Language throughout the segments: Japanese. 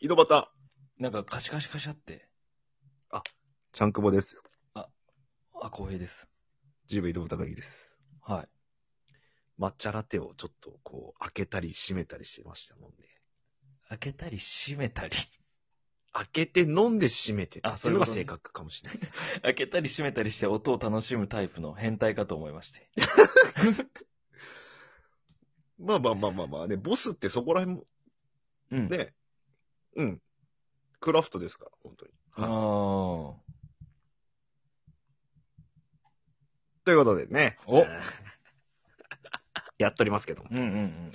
井戸端。なんかカシャカシャカシャって。ちゃんくぼです。あ、光栄です。 GV ドブ高木です。はい。抹茶ラテをちょっとこう、開けたり閉めたりしてましたもんね。開けたり閉めたり。 開けて飲んで閉めてたあっていうのがそうい正うこ確かもしれない。開けたり閉めたりして音を楽しむタイプの変態かと思いまして。 まあまあまあまあまあね、ボスってそこら辺もうん。ね、うん。クラフトですから、本当に。あはいーということでね。おえー やっておりますけども。うんうんうん。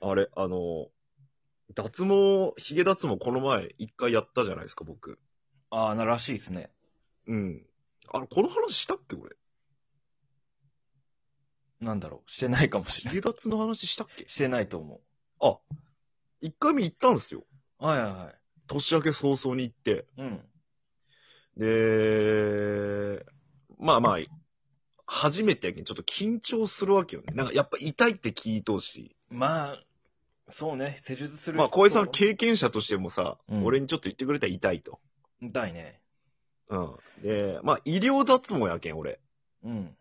あれ、あの、脱毛、ヒゲ脱毛この前一回やったじゃないですか、僕。ああ、ならしいですね。うん。あれ、この話したっけ、これ。なんだろう。してないかもしヒれなゲい。脱の話したっけしてないと思一回目行ったんですよ。う。はいはいはい。年明け早々に行って。うん。で、まあまあ、初めてやけん、ちょっと緊張するわけよね。なんかやっぱ痛いって聞いとうし。まあ、そうね。施術する人。まあ、小江さん経験者としてもさ、うん俺にちょっと言ってくれたら痛いと。痛いね。うん。で、まあ、医療脱毛やけん、俺。うん。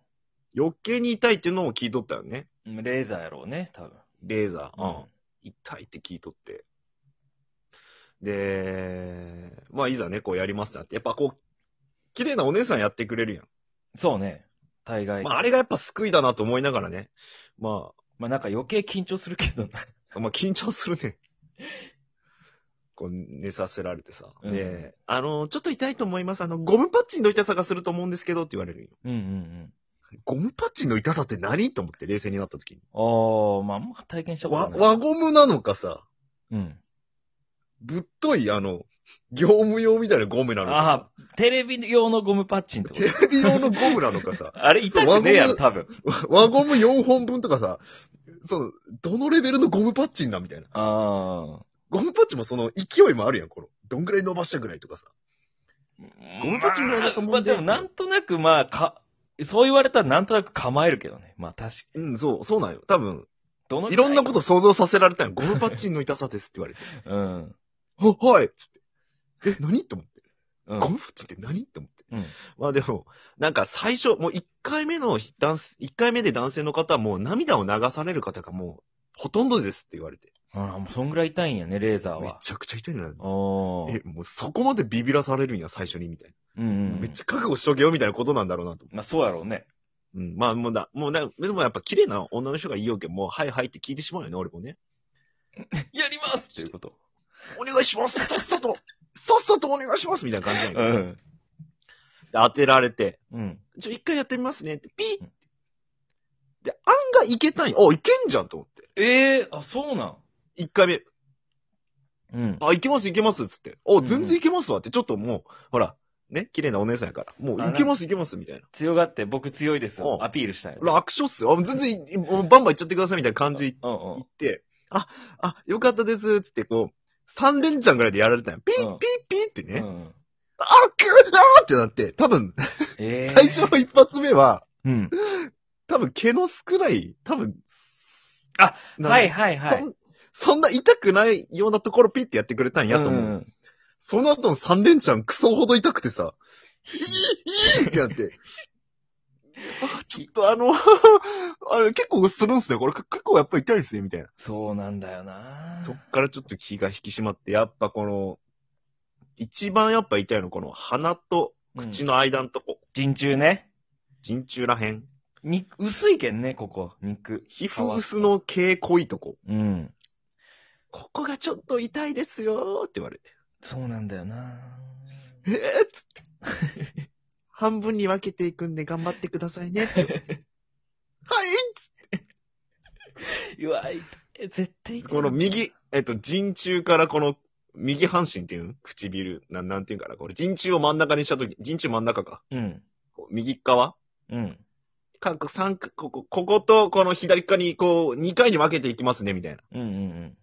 余計に痛いっていうのを聞いとったよね。レーザーやろうね、多分。レーザー。うん。痛いって聞いとって。で、まあ、いざね、こうやりますってなって。やっぱこう、綺麗なお姉さんやってくれるやん。そうね。大概。まあ、あれがやっぱ救いだなと思いながらね。ままあなんか余計緊張するけどな。あ、まあ、緊張するね。 こう、寝させられてさ。うんで、あの、ちょっと痛いと思います。あの、ゴムパッチンの痛さがすると思うんですけどって言われるよ。うんうんうん。ゴムパッチンの痛さって何と思って冷静になった時に。ああ、まああんま体験したこわ、とない。輪ゴムなのかさ、うん。ぶっとい、あの、業務用みたいなゴムなのあかあ、テレビ用のゴムパッチンってさ、こテとレビ用のゴムなのかさ、 あれ痛くねえやろ、そ多分。わ輪ゴム4本分とかさ、その、どのレベルのゴムパッチンだみたいな。ああ。ゴムパッチンもその勢いもあるやん、この。どんぐらい伸ばしたぐらいとかさ。ゴゴムパッチンぐらいだと思うんまあ、だでよもなんとなく、まあ、か、そう言われたらなんとなく構えるけどね。まあ確かうん、そう、そうなんよ。多分、どの。いろんなことと想像させられたんよゴムパッチンの痛さですって言 われて。うん。は、はいっつって。え、何って思って。うんゴムパッチンって何って思って。うん。まあでも、なんか最初、もう1回目の男性、1回目で男性の方はもう涙を流される方がもう、ほとんどですって言われて。ああ、もうそんぐらい痛いんやね、レーザーめは。ちゃくちゃ痛いな。おえ、ーもうそこまでビビらされるんや、最初にみたいうんうな。ん。めっちゃ覚悟しとけよ、みたいなことなんだろうなと。まあそうやろう ね。うん、まあもうだ、もうだ、でもやっぱ綺麗な女の人がいいよけん、もう、はいはいって聞いてしまうよね、俺もね。やりますっていうこと。お願いしますさっさとさっさとお願いしますみたいな感じなんようん。で当てられて、うん。ちょ、一回やってみますねって、ピッって。で、案外いけたんや。あ、いけんじゃんと思って。ええあ、そうなん。一回目、うん。あ、いけますいけますっつって。うあ、ん全然いけますわって、ちょっともう、ほら、ね、綺麗なお姉さんやから。もあう、いけますいけますみたいな。強がって、僕強いですおうアピールしたい。楽勝っすよ。あ全然い、もうバンバンいっちゃってくださいみたいな感じでうんう言んっ。て、あ、あ、よかったですっつって、こう、三連チャンぐらいでやられたんや。ピうッんピッピッってね。うん、あ、くなーってなって、多分、えー最初の一発目は、うん。多分毛の少ない、多分、あなんかはいはいはいそん。そんな痛くないようなところピッてやってくれたんやと思う。うんその後の三連チャンクソほど痛くてさ、いいいいってなっ て。あ、ちょっとあの、 あれ結構するんすね。これ結構やっぱ痛いですね、みたいな。そうなんだよなそっからちょっと気が引き締まって、やっぱこの、一番やっぱ痛いのはこの鼻と口の間のとこ、人中ね。人中らへん。に、薄いけんね、ここ、肉。皮膚薄の毛濃いとこ。うん。ここがちょっと痛いですよーって言わ れて。そうなんだよなえーっつって。半分に分けていくんで頑張ってください ね。はい。うわ、痛い絶対痛いこの右、えっと、人中からこの、右半身っていうん唇、なん、なんていうんかな。これ人中を真ん中にしたとき、人中真ん中か。うん。こう右側うん。か、こ三か、ここ、こことこの左側に、こう、二回に分けていきますね、みたいな。うんうん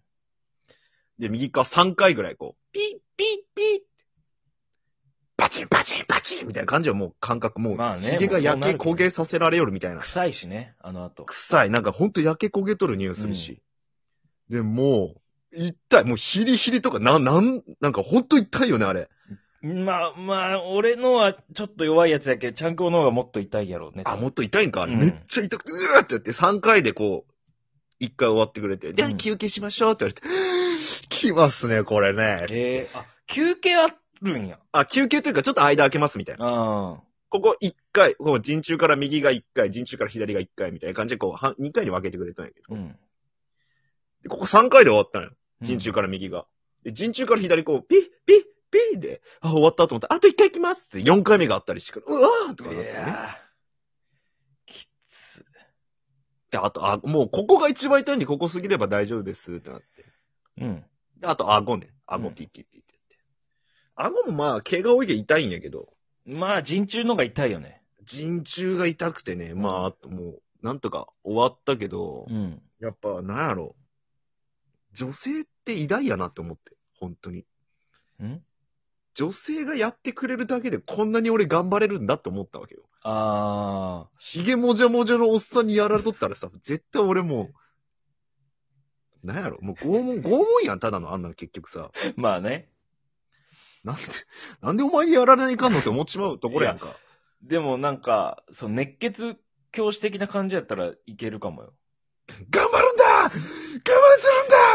で、右側三回ぐらい、こう、ピッ、ピッ、ピッ。パチン、パチン、パチンみたいな感じはもう感覚、もう、まあね髭が焼けもうそうなる焦げさせられよるみたいうん。な。臭いしね、あの後。臭い。なんかほんと焼け焦げとる匂いするし。で、も痛い。もうヒリヒリとか、な、なん、なんかほんと痛いよね、あれ。まあまあ、俺のはちょっと弱いやつやけど、ちゃんこの方がもっと痛いやろうね。あ、もっと痛いんか、あれうんめっちゃ痛くて、うわーってやって、3回でこう、1回終わってくれて、じゃあうん休憩しましょうって言われて、 来ますね、これね。ええあ、休憩あるんや。あ、休憩というかちょっと間空けますみたいな。ああ。ここ1回、こう陣中から右が1回、陣中から左が1回みたいな感じで、こう、2回に分けてくれたんやけど。うん。でここ3回で終わったのよ。陣中から右が。で、陣中から左こう、ピッ、ピッ、ピッで、あ、終わったと思って、あと1回行きますって4回目があったりしてくる。うわーとかいなってね。やーきつ。で、あと、あ、もうここが一番痛いんで、ここ過ぎれば大丈夫ですってなって。うん。で、あと、顎ね。顎うんピッピッピッってやって。顎もまあ、毛が多いけど痛いんやけど、まあ、陣中のが痛いよね。陣中が痛くてね、まああと、もう、なんとか終わったけど、うん。やっぱ、なんやろ。女性って偉大やなって思って、本当に。ん女性がやってくれるだけでこんなに俺頑張れるんだって思ったわけよ。あひげもじゃもじゃのおっさんにやられとったらさ、絶対俺もう、なんやろ、もう拷問、拷問やん、ただのあんなの結局さ。あ。 まあね。なんで、なんでお前にやられないかんのって思っちまうところやんか。でもなんか、その熱血教師的な感じやったらいけるかもよ。頑張るんだ我慢す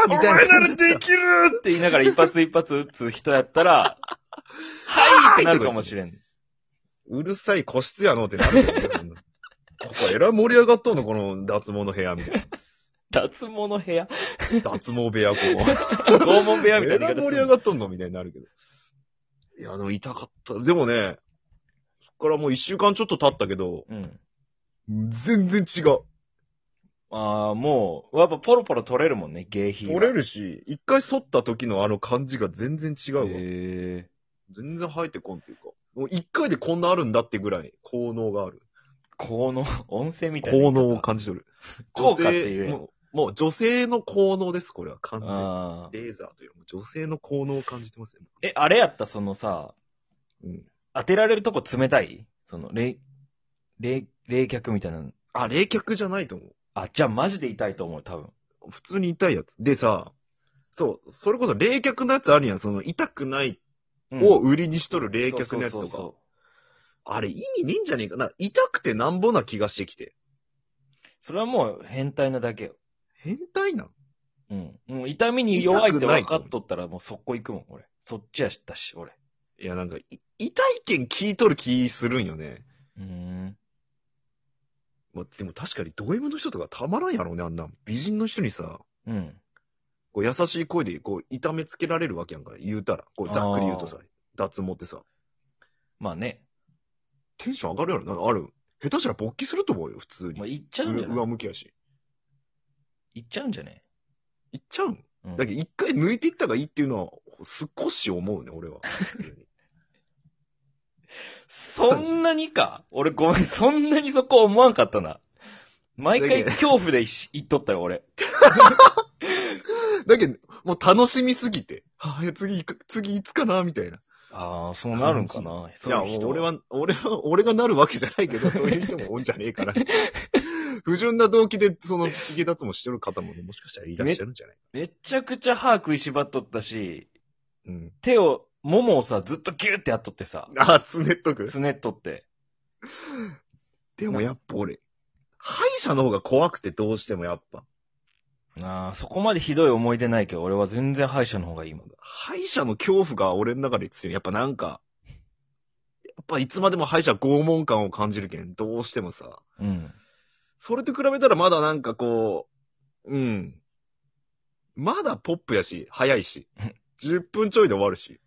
るんだみたいな感じで。きるって言いながら一発一発打つ人やっ たら、はいってなるかもしれん。うるさい個室やのってなるよねそんなここえらい盛り上がっとんのこの脱毛の部屋みたいな。脱毛の部 屋脱毛部屋こ こ。拷問部屋みたいなえら盛言い方すりる上がっとんのみたいになるけど。いや、でも痛かった。でもね、そっからもう一週間ちょっと経ったけど、うん。全然違う。ああ、もう、やっぱポロポロ取れるもんね、芸品。折れるし、一回剃った時のあの感じが全然違うわ。へえ。全然生えてこんっていうか。もう一回でこんなあるんだってぐらい、効能がある。効能、 音声みたいな。効能を感じ取る。効果っていう女性もう、もう女性の効能です、これは。完全に。ああ。レーザーというよりも女性の効能を感じてますよ。え、あれやった、そのさ、うん当てられるとこ冷たいその、冷、冷、冷却みたいなの。あ、冷却じゃないと思う。あ、じゃあマジで痛いと思う、多分。普通に痛いやつ。でさ、そう、それこそ冷却のやつあるやん。その痛くないを売りにしとる冷却のやつそとうそうそうか。そうあれ意味ねえんじゃねえかな。痛くてなんぼな気がしてきて。それはもう変態なだけよ。変態なんうん。うん、痛みに弱いって痛くない分かっとったらもう速攻行くもん、俺。そっちやしたし、俺。いやなんか、い痛い件聞いとる気するんよね。うーん。まあ、でも確かにド M の人とかたまらんやろうね、あんなん。美人の人にさ、うん。こう優しい声でこう痛めつけられるわけやんか。言うたら。こうざっくり言うとさ、脱毛ってさ、まあね。テンション上がるやろな。ある。下手したら勃起すると思うよ、普通に。まあ、う行っちゃうんじゃない上向きやし。行っちゃうんじゃねいっちゃうんうん。だけど一回抜いていった方がいいっていうのは少し思うね、 俺は。普通にそんなにか俺ごめん、そんなにそこ思わんかったな。毎だけ回ど恐怖でいし行っとったよ、俺。だけど、もう楽しみすぎて。はあ、次いく、次いつかな、みたいな。ああ、そうなるんかな。いそうや、いもうう人俺。は、俺は、俺がなるわけじゃない けど、そういう人もおんじゃねえから。不純な動機で、その、髭脱毛してる方もね、もしかしたらいらっしゃるんじゃないめちゃくちゃ歯食いしばっとったし、うん。手を、ももをさ、ずっとギューってやっとってさ、あ、つねっとく。つねっとって。でもやっぱ俺、歯医者の方が怖くて、どうしてもやっぱ。ああ、そこまでひどい思い出ないけど、俺は全然歯医者の方がいいもん。歯医者の恐怖が俺の中で強い。やっぱなんか、やっぱいつまでも歯医者は拷問感を感じるけん、どうしてもさ。うん。それと比べたらまだなんかこう、うん。まだポップやし、早い し。10分ちょいで終わるし。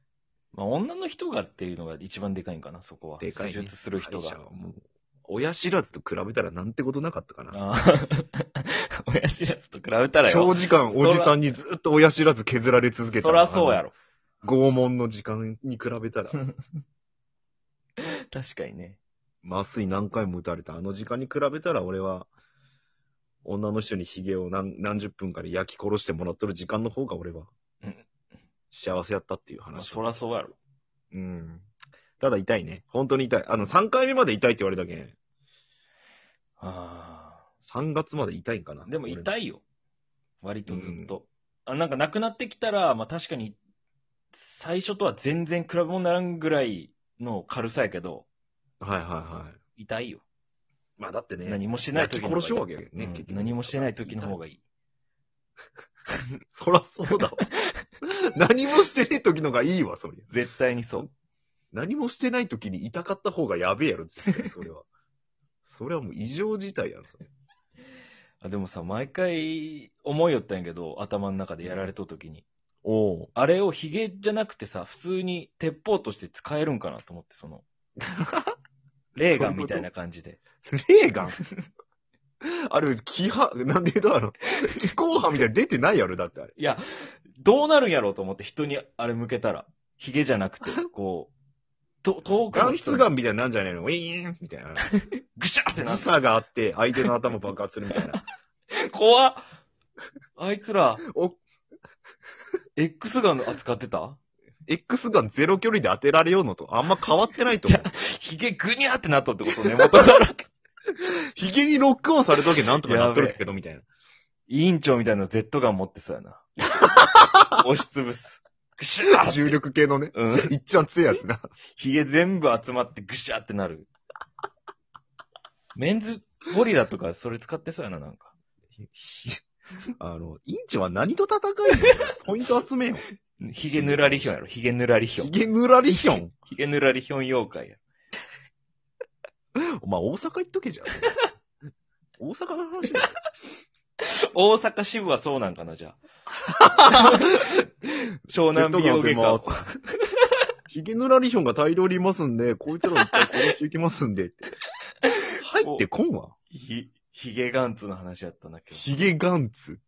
まあ、女の人がっていうのが一番でかいんかな、そこは。でかい、ね。施術する人歯医が者。はもう、親知らずと比べたらなんてことなかったかな。ああ、親知らずと比べたら長よ。時間おじさんにずっと親知らず削られ続けたそらそうやろ。ろ。拷問の時間に比べたら、確かにね。麻酔何回も打たれたあの時間に比べたら俺は、女の人に髭を何何十分かで焼き殺してもらっとる時間の方が俺はうん、幸せやったっていうまあ、話。そらそうやろ。うん。ただ痛いね。本当に痛い。あの、3回目まで痛いって言われたけん。あ3月まで痛いんかな。あ。でもい。痛いよ。割とずっと。あなんかなくなってきたら、まあ確かに、最初とは全然比べ物にならんぐらいの軽さやけど、はいはいはい。痛いよ。まあだってね、何もしてない時焼きの方殺しようわがいいけやけどね、うん結局何もしてない時の方がいい。そらそう だわ。何もしてない時のがいいわ、そりゃ。絶対にそう。何もしてない時に痛かった方がやべえやろ、絶対、それは。それはもう異常事態やん、それ。あでもさ、毎回思いよったんやけど、頭の中でやられた時に。おうあれをヒゲじゃなくてさ、普通に鉄砲として使えるんかなと思って、 その、レーガンみたいな感じで。レーガン あれ、気派、なんで言うとあの、気候派みたいに出てないやろ、だってあれ。いや、どうなるんやろうと思って人にあれ向けたら。ヒゲじゃ なくて、こう、と遠くガのン人ツにガンみたいなのなんじゃないのウィーンみたいな。ぐしゃってな時って差があって、相手の頭爆発するみたいな。怖っあいつら、お、 X ガン扱ってた X ガンゼロ距離で当てられようのと、あんま変わってないと思う。ヒゲぐにゃってなったってことね、元 から。ヒゲにロックオンされた時なんとかなっとるけど、みたいな。委員長みたいな Z ガン持ってそうやな。 押しつぶす。ぐしゃー重力系のね。うん。いっちゃん強いやつな。ヒゲ全部集まってぐしゃってなる。メンズゴリラとかそれ使ってそうやな、なんか。あの、インチは何と戦いのポイント集めよう。ヒゲぬらりひょんやろ、ヒゲぬらりひょヒん。ゲぬらりひょん。ヒゲぬらりひょん妖怪や。お前大阪行っとけじゃん。大阪の話だよ。大阪支部はそうなんかな、じゃあ。湘南美容外科を。ヒゲぬらりひょんが大量にいますんで、こいつらを一回殺していきますんでって。入ってこんわ。ひ、ヒゲガンツの話やったんだけど。ヒゲガンツ。